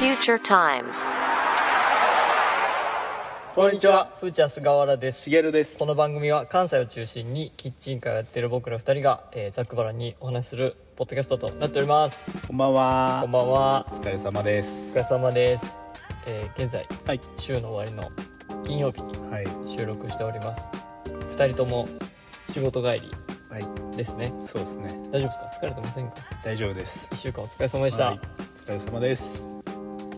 Future Times. こんにちは、フーチャー菅原ですしげるです。この番組は関西を中心にキッチンカーをやってる僕ら2人が、えーざっくばらんにお話しするポッドキャストとなっておりますこんばんは。こんばんはお疲れ様でおす疲。れ様です、えー現在はい。週の終わりの金曜日にはい。収録しております2人とも仕事帰りはい。ですねそうですね。大丈夫ですか疲れてませんか大丈夫です。 1週間お疲れ様でした、はいお疲れ様です。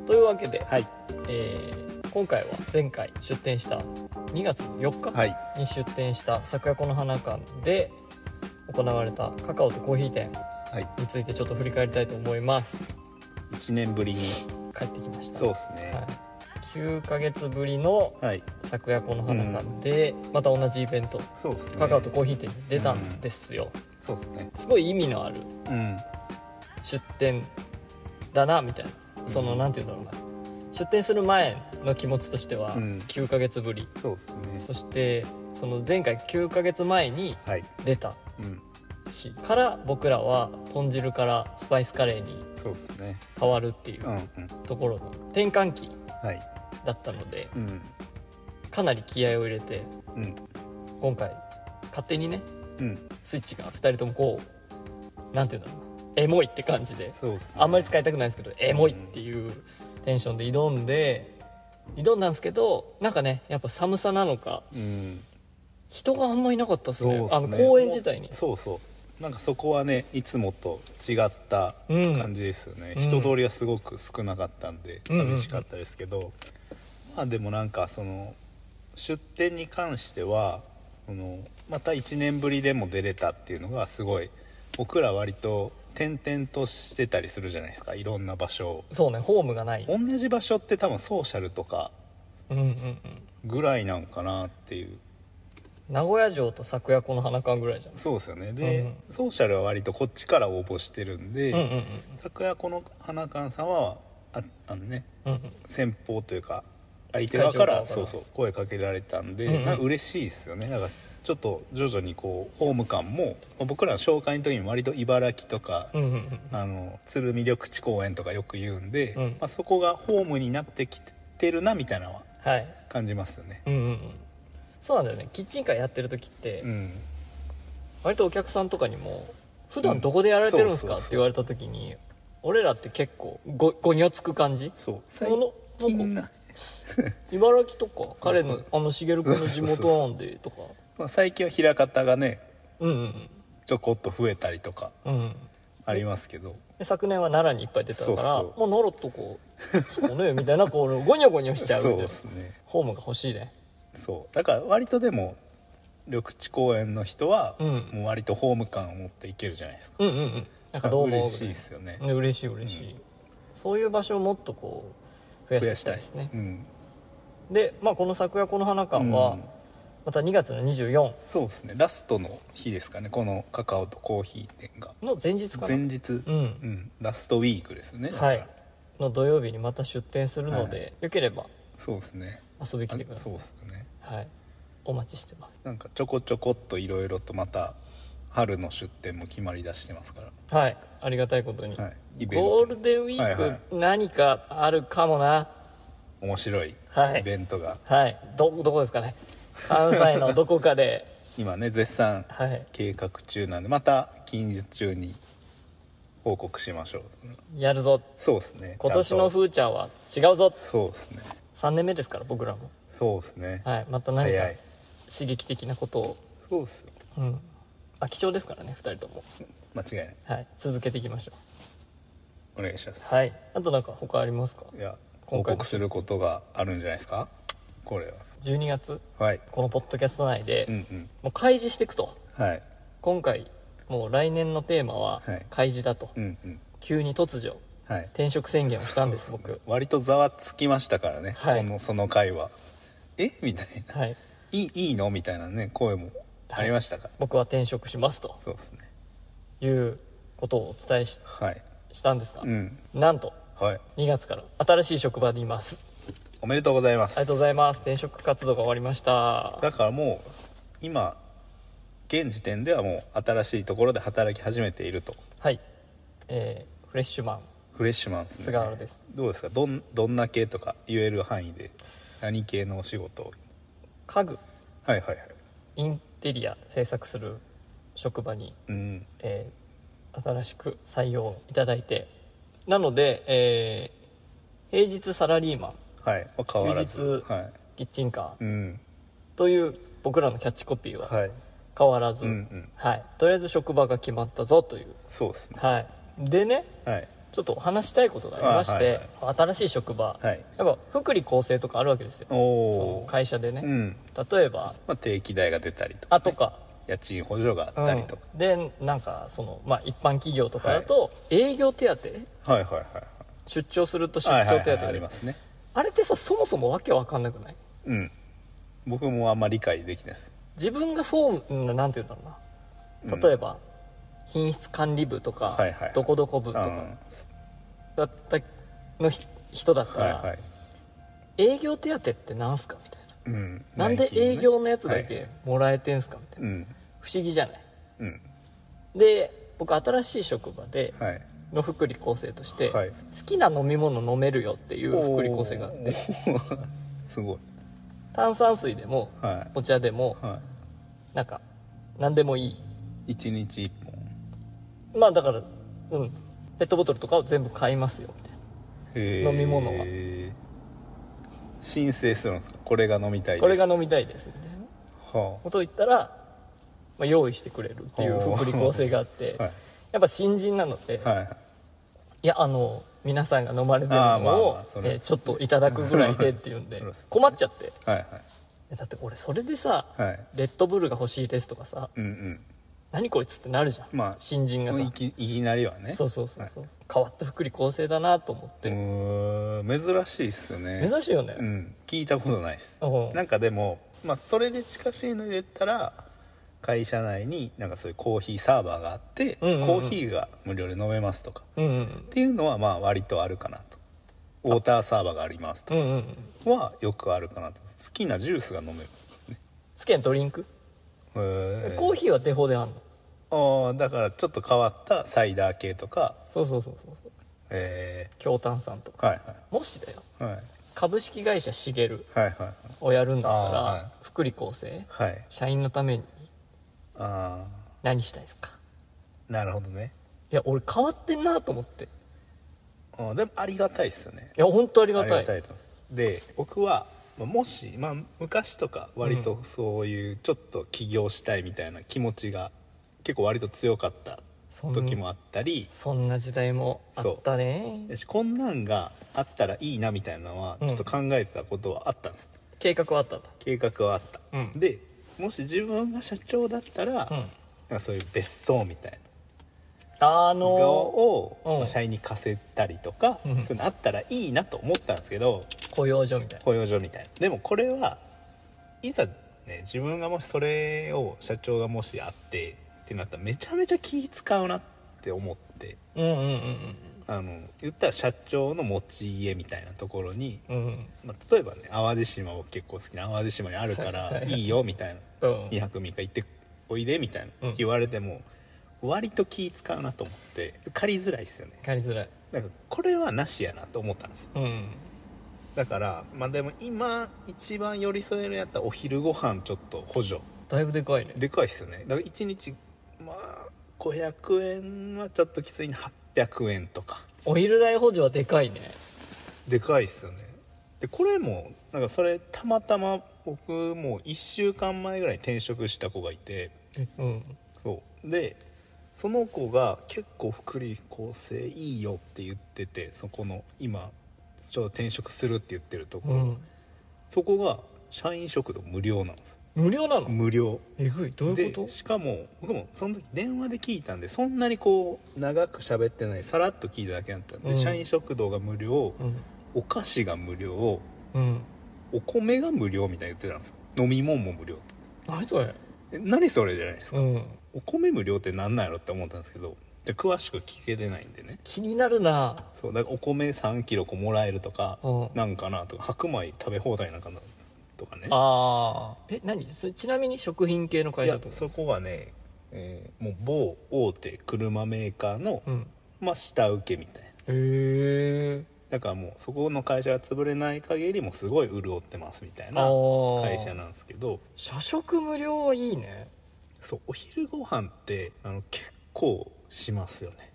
というわけで、はい。えー今回は前回出店した2月の4日、はい。に出店した昨夜この花館で行われたカカオとコーヒー店はい。についてちょっと振り返りたいと思います一年ぶりに。帰ってきましたそうですねは。い、9ヶ月ぶりのはい。昨夜この花館で、また同じイベントそうですね。カカオとコーヒー店に出たんですよ、そうですね。すごい意味のあるうん。出店だなみたいなそのうん何て言うんだろうな出店する前の気持ちとしてはうん9ヶ月ぶり、そうですね。そしてその前回9ヶ月前にはい。出たうん。日から僕らは豚汁からスパイスカレーにそうですね。変わるっていうん。う。うんところの転換期はい。だったのでうん。かなり気合を入れてうん。今回勝手にねうん。スイッチが2人ともこうなんていうんだろうなエモいって感じでそうですね。あんまり使いたくないですけどエモいっていうテンションで挑んで挑んだんですけどなんかねやっぱ寒さなのかうん。人があんまいなかったですそうねっすあねの公園自体にそうそう。なんかそこはね、いつもと違ったうん感じですよね、うん人通りはすごく少なかったんでうんうんうん寂しかったですけど、まあでもなんかその出店に関してはそのまた1年ぶりでも出れたっていうのがすごい僕ら割と転々としてたりするじゃないですかいろんな場所をそうねホームがない同じ場所って多分ソーシャルとかうんうんうんぐらいなんかなっていう名古屋城と昨夜この花館ぐらいじゃないそうですよねで、うんうんソーシャルは割とこっちから応募してるんで、うんうん昨夜この花館さんはああのねうんうんうん先方というか相手側から会場側からそうそう声かけられたんで、うんうんなんか嬉しいですよねなんかちょっと徐々にこうホーム感もまあ僕らの紹介の時に割と茨城とか、うんうんうんあの鶴見緑地公園とかよく言うんで、うんまあ、そこがホームになってきてるなみたいなのははい感じますよねうんうんうんそうなんだよねキッチンカーやってる時って、うん割とお客さんとかにも「普段どこでやられてるんですか?」うんっそうそうそうて言われた時に俺らって結構ごごにょつく感じそうその最近な、茨城とか彼そのうあのしげる君の地元なんでとかまあ、最近は枚方がねうんうんちょこっと増えたりとかうんうんありますけどで昨年は奈良にいっぱい出たからそうもう奈良とこうそうねみたいなこうゴニョゴニョしちゃうそみうたいでなすねホームが欲しいねそうだから割とでも緑地公園の人は、うんもう割とホーム感を持っていけるじゃないですかうんうんうんなんかどうも嬉しいですよねね嬉しい嬉しい、そういう場所をもっとこう増やし増ていやきしたたいいですねうん、で、まあ、この「昨夜この花館」うはんまた2月の24そうですねラストの日ですかねこのカカオとコーヒー店がの前日かな前日、ううんんラストウィークですねだかはらいの土曜日にまた出店するので、はいよければそうですね遊びあ来てくださそういですねはいお待ちしてますなんかちょこちょこっといろいろとまた春の出店も決まりだしてますかはいありがたいことに、ら、はい、イベンゴートルデンウィはいはーク何かあるかもな面白いはいイベントが、はいどどこですかね関西 のどこかで今ね絶賛はい計画中なんでまた近日中に報告しましょうやるぞそうですね今年のちゃんと風ーチャーは違うぞそうですね3年目ですから僕らもそうですね、はいまた何か早い刺激的なことをそうっすようんあ貴重ですからね2人とも間違いないはい続けていきましょお願いします、うはいあとなんか他ありますかい、や今報回告することがあるんじゃないですかこれは12月はいこのポッドキャスト内で、うんうんもう開示していくとはい今回もう来年のテーマははい開示だと、うんうん急に突如はい転職宣言をしたんです僕割とざわつきましたからね、はいこのその回はえみたいなはいいいいいのみたいなね声もありましたから、僕は転職しますとそうですねいうことをお伝えしはいしたんですが、うんなんとはい2月から新しい職場にいますおめでとうございますありがとうございます転職活動が終わりましただからもう今現時点ではもう新しいところで働き始めているとはい、えーフレッシュマンフレッシュマンですね菅原ですどうですかどんどんな系とか言える範囲で何系のお仕事を家具はいはいはいインテリア制作する職場に、うんえー新しく採用いただいてなので、えー平日サラリーマンはいまあ変わらず休日はキッチンカいーうんという僕らのキャッチコピーははい変わらず、うんうんはい、とりあえず職場が決まったぞという、そうですねはい、でねはいちょっとお話したいことがありまして、あはい新しい職場、はいやっぱ福利厚生とかあるわけですよおそのお会社でね、うん例えばまあ定期代が出たりとかあとか、家賃補助があったりとかうんでなんかその、まあ、一般企業とかだと、営業手当はいはいはいはい出張すると出はいはい張は手当、いありますねあれってさそもそもわけわかんなくないうん僕もあんま理解できないです自分がそううんなんて言うんだろううな、ん例えば品質管理部とか、はいはいどこどこ部うとんかはだったのひ人だっいたら、はい営業手当ってなんすかみたいなうんなんで内勤ね営業のやつだはけもらえてんすかみたいな、うん不思議じゃないうんで僕新しい職場ではいの福利厚生として、はい好きな飲み物飲めるよっていう福利厚生があっおてー すごい炭酸水でもはお茶でもいはなんか何でもいいい一日一本まあだからうんペットボトルとかを全部買いますよみたいなへー飲み物は申請するんですかこれが飲みたいですこれが飲みたいですみたいなはことを言ったら、まあ、用意してくれるっていうおー福利厚生があって、あ はいやっぱ新人なので、はいい、はいやあの皆さんが飲まれてるあーまあのまをあ、それはえーちょっといただくぐらいでっていうん でそれはそう困っちゃってはいえだって俺それでさ、はいはいレッドブルが欲しいですとかさうんうん何こいつってなるじゃん、まあ新人がもさういきいきなりはねそうそうそうそう、変わった福利厚生だなと思っうて、ーん珍しいっすよね珍しいよね、うん聞いたことないですおうなんかでも、まあ、それで近しいので言ったら会社内になんかそういうコーヒーサーバーがあって、うんうんうんコーヒーが無料で飲めますとかうんうんっていうのはまあ割とあるかなとウォーターサーバーがありますうとんうんうんかはよくあるかなと好きなジュースが飲める好きなドリンク、へコーヒーはデフォであんのーあーだからちょっと変わったサイダー系とかそうそうそうそうそうえ京丹さんとかー、はいもしだよはいはい株式会社しげるはいはいをやるんだったら、あーはい福利厚生はいはい社員のためにあ何したいですかあなるほどねいや俺変わってんなと思っていうんでもありがたいっすよねや本当ありあがりたいがたいとで僕はまあもし、まあ、昔とか割とそういうちょっと起業したいみたいな気持ちが結構割と強かったそん時もあったりそんな時代もあったねだしこんなんがあったらいいなみたいなのはうちんょっと考えてたことはあったんです、計画はあったんだ計画はあった、うんでもし自分が社長だったら、うなんんかそういう別荘みたいなあののを、うんまあ社員に貸せたりとか、うんそういうのあったらいいなと思ったんですけど雇用所みたいな保養所みたいなでもこれはいざね自分がもしそれを社長がもしあってってなったらめちゃめちゃ気使うなって思ってうんうんうんあの言ったら社長の持ち家みたいなところにうんうんうんまあ、例えばね淡路島を結構好きな淡路島にあるからいいよみたいなうん2泊3日行っておいでみたいなうん言われても割と気使うなと思って借りづらいですよね借りづらいだからこれはなしやなと思ったんですようんだからまあでも今一番寄り添えるんやったらお昼ご飯ちょっと補助だいぶでかいねでかいっすよねだから1日まあ500円はちょっときついな800円とかお昼代補助はでかいねでかいっすよねでこれもなんかそれたまたま僕も1週間前ぐらいに転職した子がいてうんそうでその子が結構福利厚生いいよって言っててそこの今ちょうど転職するって言ってるところ、うんそこが社員食堂無料なんですよ無料なの無料えぐいどういうこでしかも僕もその時電話で聞いたんでそんなにこう長く喋ってないさらっと聞いただけだったんで、うん社員食堂が無料とうんお菓子が無料うんお米が無料みたいに言ってたんですよ飲み物も無料って何それえ何それじゃないですか、うんお米無料って何なんやろって思ったんですけどで詳しく聞けてないんでね気になるなそうだからお米3キロこうもらえるとか、うんなんかなとか白米食べ放題なんかなとかねああえ何それちなみに食品系のい会社やとかそこはね、えーもう某大手車メーカーの、うんまあ、下請けみたいなへえだからもうそこの会社が潰れない限りもすごい潤ってますみたいなあー会社なんですけど社食無料はいいねそうお昼ご飯ってあの結構しますよね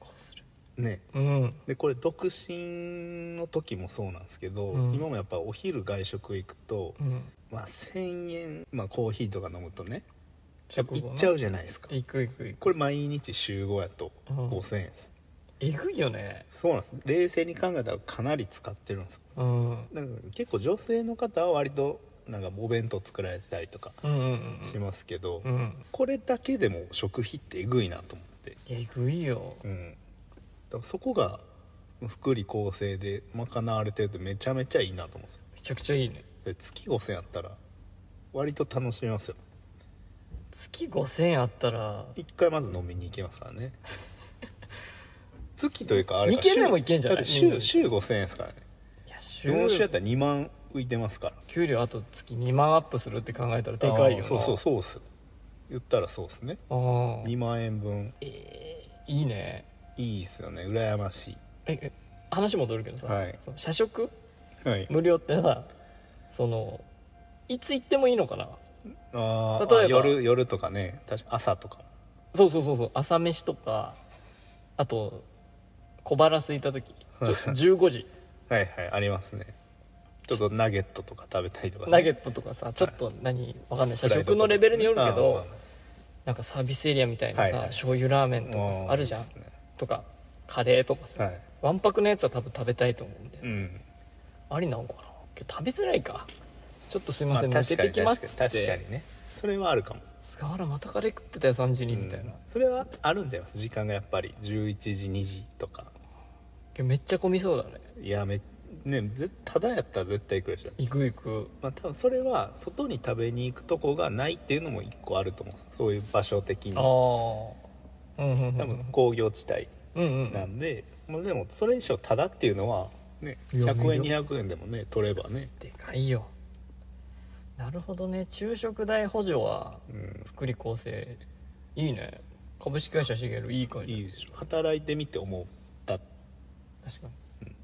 こうするねうんでこれ独身の時もそうなんですけど、うん今もやっぱお昼外食行くと、うんまあ、1,000円、まあ、コーヒーとか飲むとね食行っちゃうじゃないですか行く行く行くこれ毎日週5やとうん5,000円です、えぐいよねそうなんです冷静に考えたらかなり使ってるんですうんうんだから結構女性の方は割となんかお弁当作られてたりとかうんしますけど、うんうんこれだけでも食費ってえぐいなと思って、えぐいようん、だからそこが福利厚生で賄われてるとめちゃめちゃいいなと思うんですよめちゃくちゃいいねで月5000円あったら割と楽しめますよ月5000円あったら一回まず飲みに行けますからね月というかあれか二軒目も行けんじゃないだって週,、うん週5000円ですからねいや週4週やったら2万浮いてますから給料あと月2万アップするって考えたらでかいよあーなそうそうそうっす言ったらそうっすねああ2万円分いいねいいっすよね羨ましええ話戻るけどさ、はいその社食いはい無料ってさそのいつ行ってもいいのかなあー例えばあ夜夜とかね確か朝とかそうそうそうそう朝飯とかあと小腹空いた時ちょ15時はいはいありますねちょっとナゲットとか食べたりとかね、ナゲットとかさちょっと何わかんない社フライド食ポテトのレベルによるけあどーなんかサービスエリアみたいなはいさ、はい醤油ラーメンとかうさんあるじゃん、そうですねとかカレーとかさ、はいわんぱくのやつは多分食べたいと思うんで、うんありなんかなけど食べづらいかちょっとすいままあせん、抜確けかてにきます確っかつにって確かにねそれはあるかも菅原またカレー食ってたよ3時にみたいな、それはあるんじゃないます時間がやっぱり11時2時とかけどめっちゃ混みそうだねいやめねぜただやったら絶対行くでしょ、行く行くまあ、多分それは外に食べに行くとこがないっていうのも一個あると思うんですそういう場所的にあ多あうんうんうん分工業地帯うんうんなんで、まあ、でもそれ以上ただっていうのは、ね、いや100円200円でもね取ればね、でかいよなるほどね昼食代補助はうん、福利厚生いいね株式会社しげるいい会社いいでしょ働いてみて思った、うん確か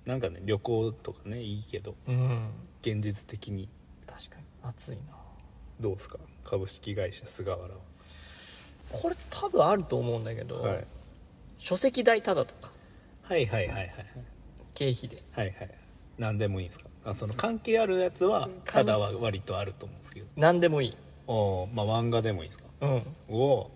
なんかね旅行とかねいいけどにうん現実的に確かに暑いなどうですか株式会社菅原はこれ多分あると思うんだけど、はい書籍代タダとかはいはいはいはい経費ではいはい何でもいいんですかあその関係あるやつはただは割とあると思うんですけど何でもいいおーまあ漫画でもいいですかうんお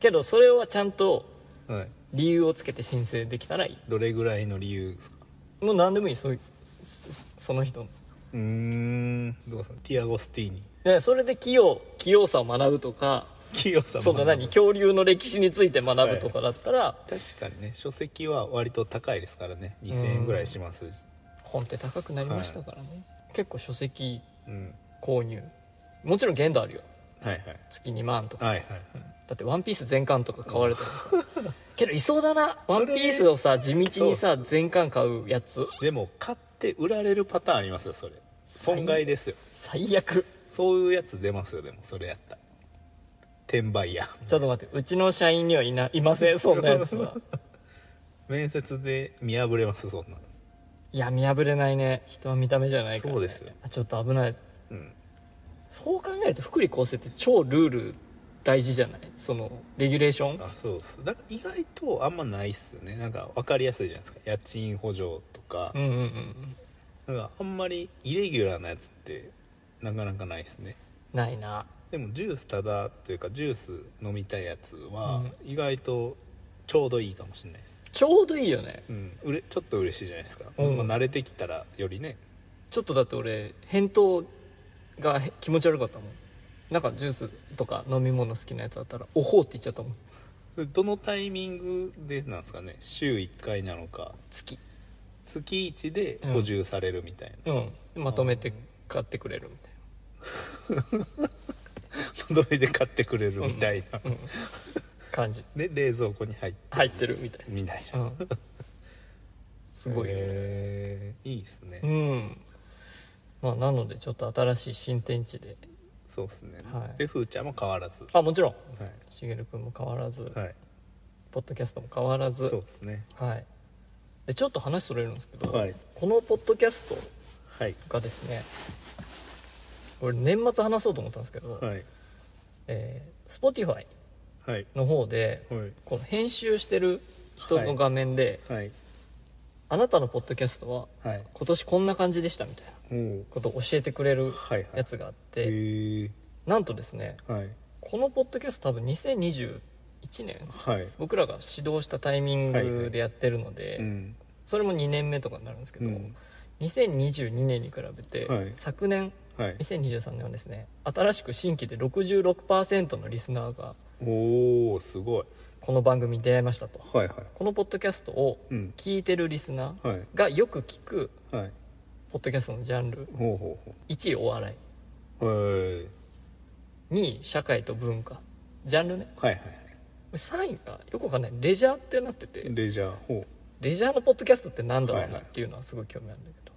けどそれはちゃんとお、はい、理由をつけて申請できたらいいどれぐらいの理由ですかもう何でもいいそういうそそその人のうーんどうですかティアゴスティーニでそれで器用器用さを学ぶとか企業さんその何恐竜の歴史について学ぶとかだったら、確かにね書籍は割と高いですからね2000円ぐらいしますし本って高くなりましたからね、結構書籍うん購入もちろん限度あるよはいはい月2万とかはいはいだって「ワンピース全巻とか買われたらさ けどいそうだな「ワンれピースをさ地道にさ全巻買うやつでも買って売られるパターンありますよそれ損害ですよ最悪そういうやつ出ますよでもそれやったら転売屋ちょっと待ってうちの社員にはいない ませんそんなやつは面接で見破れますそんなのいや見破れないね人は見た目じゃないから、ね、そうですよちょっと危ないうんそう考えると福利厚生って超ルール大事じゃないそのレギュレーションあそうっすだから意外とあんまないっすよねなんか分かりやすいじゃないですか家賃補助とかうんうんうんなんかあんまりイレギュラーなやつってなかなかないっすねないなでもジュースただというかジュース飲みたいやつは意外とちょうどいいかもしれないです、ちょうどいいよねうん、うれちょっと嬉しいじゃないですか、うんまあ慣れてきたらよりねちょっとだって俺返答がへ気持ち悪かったもんなんかジュースとか飲み物好きなやつあったら「おほう」って言っちゃったもんどのタイミングでなんですかね週1回なのか月月1で補充されるみたいな、うんまとめて買ってくれるみたいまとめて買ってくれるみたいな、な、うん、感じで冷蔵庫に入って 入ってるみたいみたいなな、うん、すごいよね、へーいいですね、うんまあなのでちょっと新しい新天地でそうですね、はいでふーちゃんも変わらずはあもちろんい、しげる君も変わらず、はい、ポッドキャストも変わらそうずですねはいでちょっと話それるんですけど、はいこのポッドキャストはいがですねこれ年末話そうと思ったんですけど、はいえー Spotify はいの方ではいこの編集してる人の画面で、はいあなたのポッドキャストははい今年こんな感じでしたみたいなおーことを教えてくれるはいはいやつがあって、へえなんとですねはいこのポッドキャスト多分2021年はい僕らが指導したタイミンはいはグいでやってるので、うんそれも2年目とかになるんですけど、うん2022年に比べて、はい昨年はい2023年はですね新しく新規で66%のリスナーがおおすごいこの番組に出会いましたとはいはいこのポッドキャストをうん聞いてるリスナーはいがよく聞くはいポッドキャストのジャンルほうほう1位お笑ほうへーい2位社会と文化ジャンルねはいはい3位がよくわかんないレジャーってなっててレジャーほレジャーのポッドキャストってなんだろうはいなはっいていうのはすごい興味あるんだけど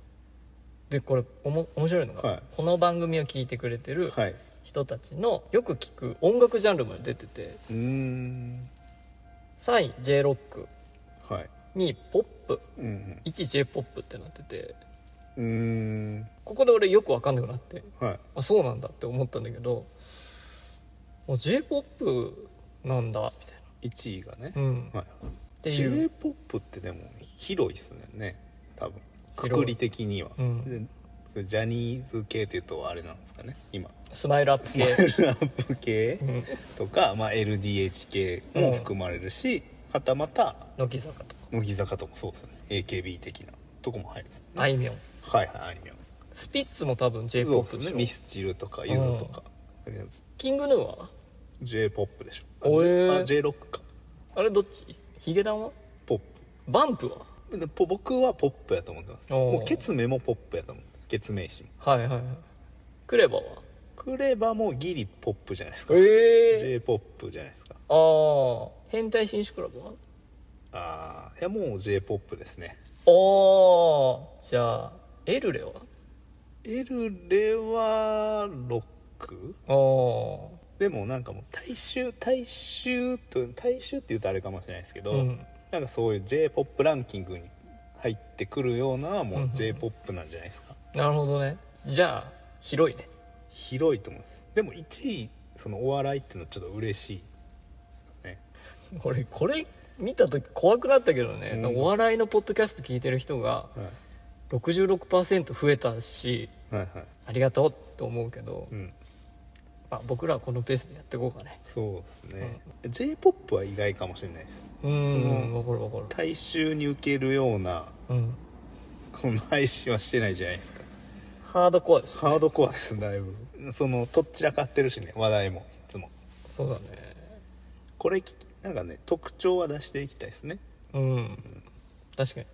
でこれおも面白いのが、はいこの番組を聞いてくれてるうはい人たちのよく聞く音楽ジャンルも出ててうーん3位 j ロックはい2位ポップうん1位 j ポップってなっててうんうーんここで俺よくわかんなくなってはいあそうなんだって思ったんだけどもう j ポップなんだみたい1位がね、なうんっはいてい j う p o p ってでも広いっすよね多分広くいくり的には、うんでそれジャニーズ系っていうとあれなんですかね 今スマイルアップスマイ系ルアップ系うんとか、まあ、LDH 系も含まれるし、はたまた乃木坂とか乃木坂とかもそうですよね AKB 的なとこも入るんですねあいみょんはいはいあいみょんスピッツも多分 j そポうッですプねでミしょスチルとかゆずとかとりあえずキングヌーは j p o p でしょあおえ J- あ J ロックかあれどっちヒゲダンはポップバンプはでポ僕はポップやと思ってますおーもうケツメもポップやと思うケツメイシもはいはいはいクレバはクレバもギリポップじゃないですかえ j p o p じゃないですかああ変態紳士クラブはああいやもう j p o p ですねああじゃあエルレはエルレはロックああでもなんかもう大衆大衆と大衆って言うとあれかもしれないですけど、うんなんかそういう j p o p ランキングに入ってくるようなうんもううん j p o p なんじゃないですか、なるほどねじゃあ広いね広いと思うんですでも1位そのお笑いっていうのはちょっと嬉しいですよね俺これ見た時怖くなったけどね、うんお笑いのポッドキャスト聞いてる人がは66%増えたしいはいはいありがとうと思うけど、うんまあ、僕らはこのペースでやっていこうかねそうですね、j p o p は意外かもしれないですうんそわかるわかる大衆に受けるようなうんこの配信はしてないじゃないですかハードコアですハードコアですだいぶそのとっちらかってるしね話題もいつもそうだねこれ聞きなんかね特徴は出していきたいですねうん確かに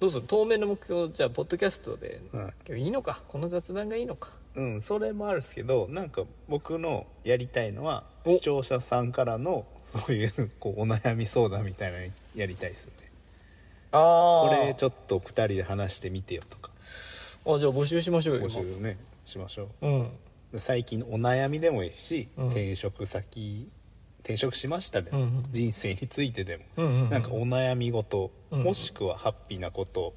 どうする当面の目標じゃあポッドキャストではいいのかこの雑談がいいのかうんそれもあるんですけどなんか僕のやりたいのはお視聴者さんからのそういうこうお悩み相談みたいなのやりたいですよねあこあれちょっと2人で話してみてよとかあじゃあ募集しましょうよ募集ねしましょ今うんう最近のお悩みでもいいし、うん転職先転職しましたでうも、んうん人生についてでも、うんうんうんなんかお悩み事、うんうんもしくはハッピーなこと、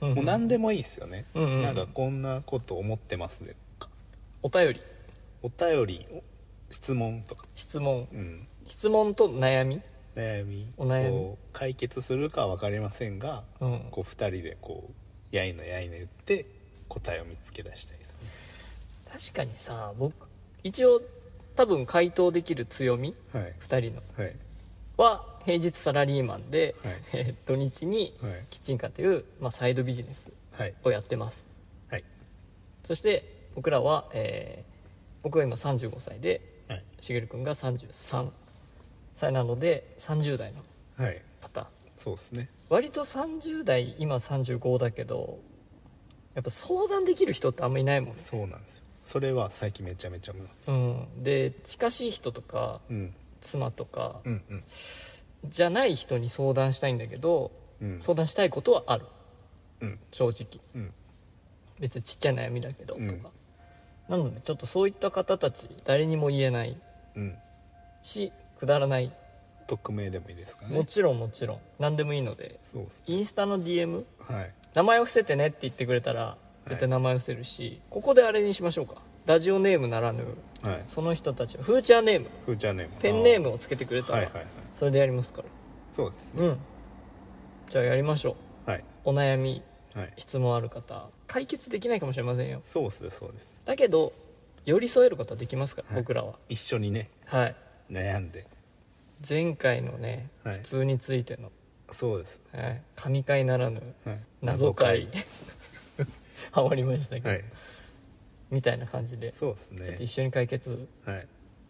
うんうんもう何でもいいですよね、うんうんうんなんかこんなこと思ってますでとかお便りお便りお質問とか、質問うん、質問と悩み悩みお悩みを解決するかは分かりませんが、うんこう2人でこうやいのやいの言って答えを見つけ出したいです確かにさ僕一応多分回答できる強みねはい2人のはいは平日サラリーマンで、はいえー土日にはいキッチンカーという、まあ、サイドビジネスはいをやってますはいそして僕らは、えー僕は今35歳ではいしげる君が33歳なので30代のはい方そうですね割と30代今35だけどやっぱ相談できる人ってあんまいないもんねそうなんですよそれは最近めちゃめちゃ思いますうんで近しい人とかうん妻とかうんうんじゃない人に相談したいんだけどうん相談したいことはあるうん正直うん別にちっちゃい悩みだけどとうんか、なのでちょっとそういった方たち誰にも言えないうんしくだらない匿名でもいいですかもねちろんもちろん何でもいいのでそうですインスタの DM はい名前を伏せてねって言ってくれたら絶対名前を伏せるし、ここであれにしましょうかラジオネームならぬはいその人たちのフーチャーネームフーチャーネームペンネームをつけてくれたはら、いはいはいそれでやりますかそうですねらうんじゃあやりましょうはいお悩みはい質問ある方解決できないかもしれませんよそうですそうですだけど寄り添えることはできますから、はい僕らは一緒にねはい悩んで前回のね、はい普通についての、そうです、はい、神回ならぬはい、謎解 ハマりましたけど、はいみたいな感じでそうですちょっねと一緒に解決はい、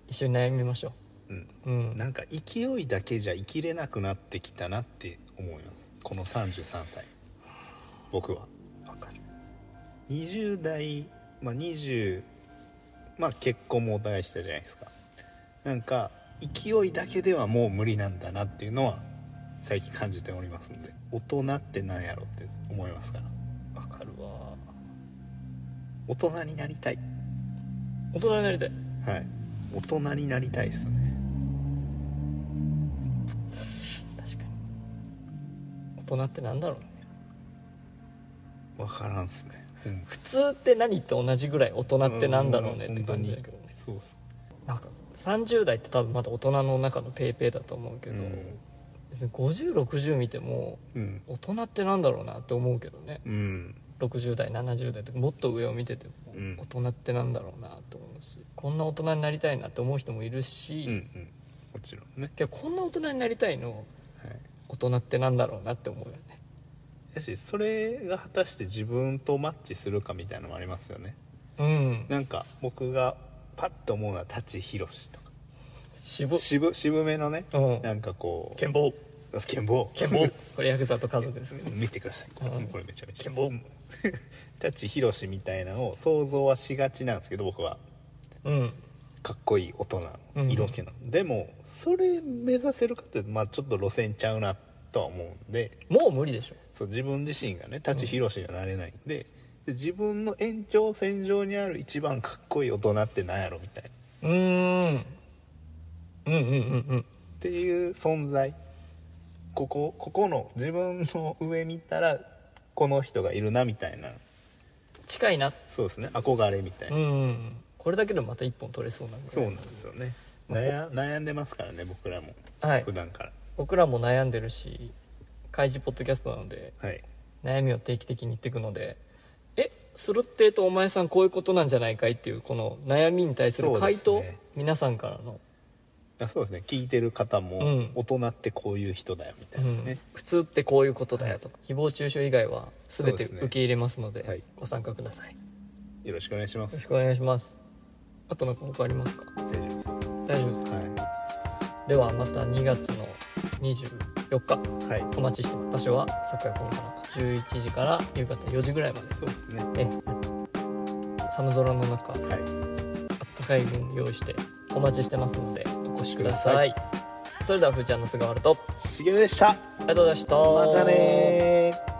一緒に悩みましょうん、ううんなんか勢いだけじゃ生きれなくなってきたなって思いますこの33歳僕はわかる20代、まあ、20、まあ、結婚もお互いしたじゃないですかなんか勢いだけではもう無理なんだなっていうのは最近感じておりますんで大人ってなんやろって思いますからわかるわ大人になりたい大人になりたいはい大人になりたいですね確かに大人ってなんだろうね分からんっすね、うん、普通って何って同じぐらい大人ってなんだろうねって感じだけどねそうっすなんか30代って多分まだ大人の中のペイペイだと思うけど、うん別に5060見てもうん大人ってなんだろうなって思うけどねうん60代70代とかもっと上を見ててもうん大人ってなんだろうなと思うしこんな大人になりたいなって思う人もいるし、うんうんもちろんね、けどこんな大人になりたいのはい、大人ってなんだろうなって思うよねやしそれが果たして自分とマッチするかみたいなのもありますよねうんなんか僕がパッと思うのは舘ひろしとか渋っ渋渋めのね、うんなんかこ剣棒うスケンボー剣棒これヤクザと家族ですけど見てくださいこれ,、うんこれめちゃめちゃ剣棒うん 舘ひろしみたいなのを想像はしがちなんですけど僕はうんかっこいい大人うん色気の、でもそれ目指せるかって、まあ、ちょっと路線ちゃうなとは思うんでもう無理でしょそう自分自身がね舘ひろしにはなれないんで,、で自分の延長線上にある一番かっこいい大人ってなんやろみたいなっうーんうんうんうんていう存在ここここの自分の上見たらこの人がいるなみたいなうん近いなそうですね憧れみたいうんな、うんうんこれだけでもまた一本取れそうなんでそうなんですよね悩悩んでますからね僕らもはい普段から僕らも悩んでるし開示ポッドキャストなのではい悩みを定期的に言っていくのでえするってえとお前さんこういうことなんじゃないかいっていうこの悩みに対する回そ答、うですね皆さんからの、あそうですね聞いてる方も、うん大人ってこういう人だよみたいなうねん、普通ってこういうことだよとか、誹謗中傷以外は全そうでてすね受け入れますのではいご参加ください、よよろしくお願いしまろしすくお願いしますあとなんか他ありますか大丈夫です大丈夫ですかはではまた2月の24日いはいお待ちしてます場所は桜コンパ中11時から夕方4時ぐらいまでそうですねえ寒空の中あっはいたかい分用意してお待ちしてますのでお越しくださはいそれではふーちゃんの菅原としげるでしたありがとうございましたまたねー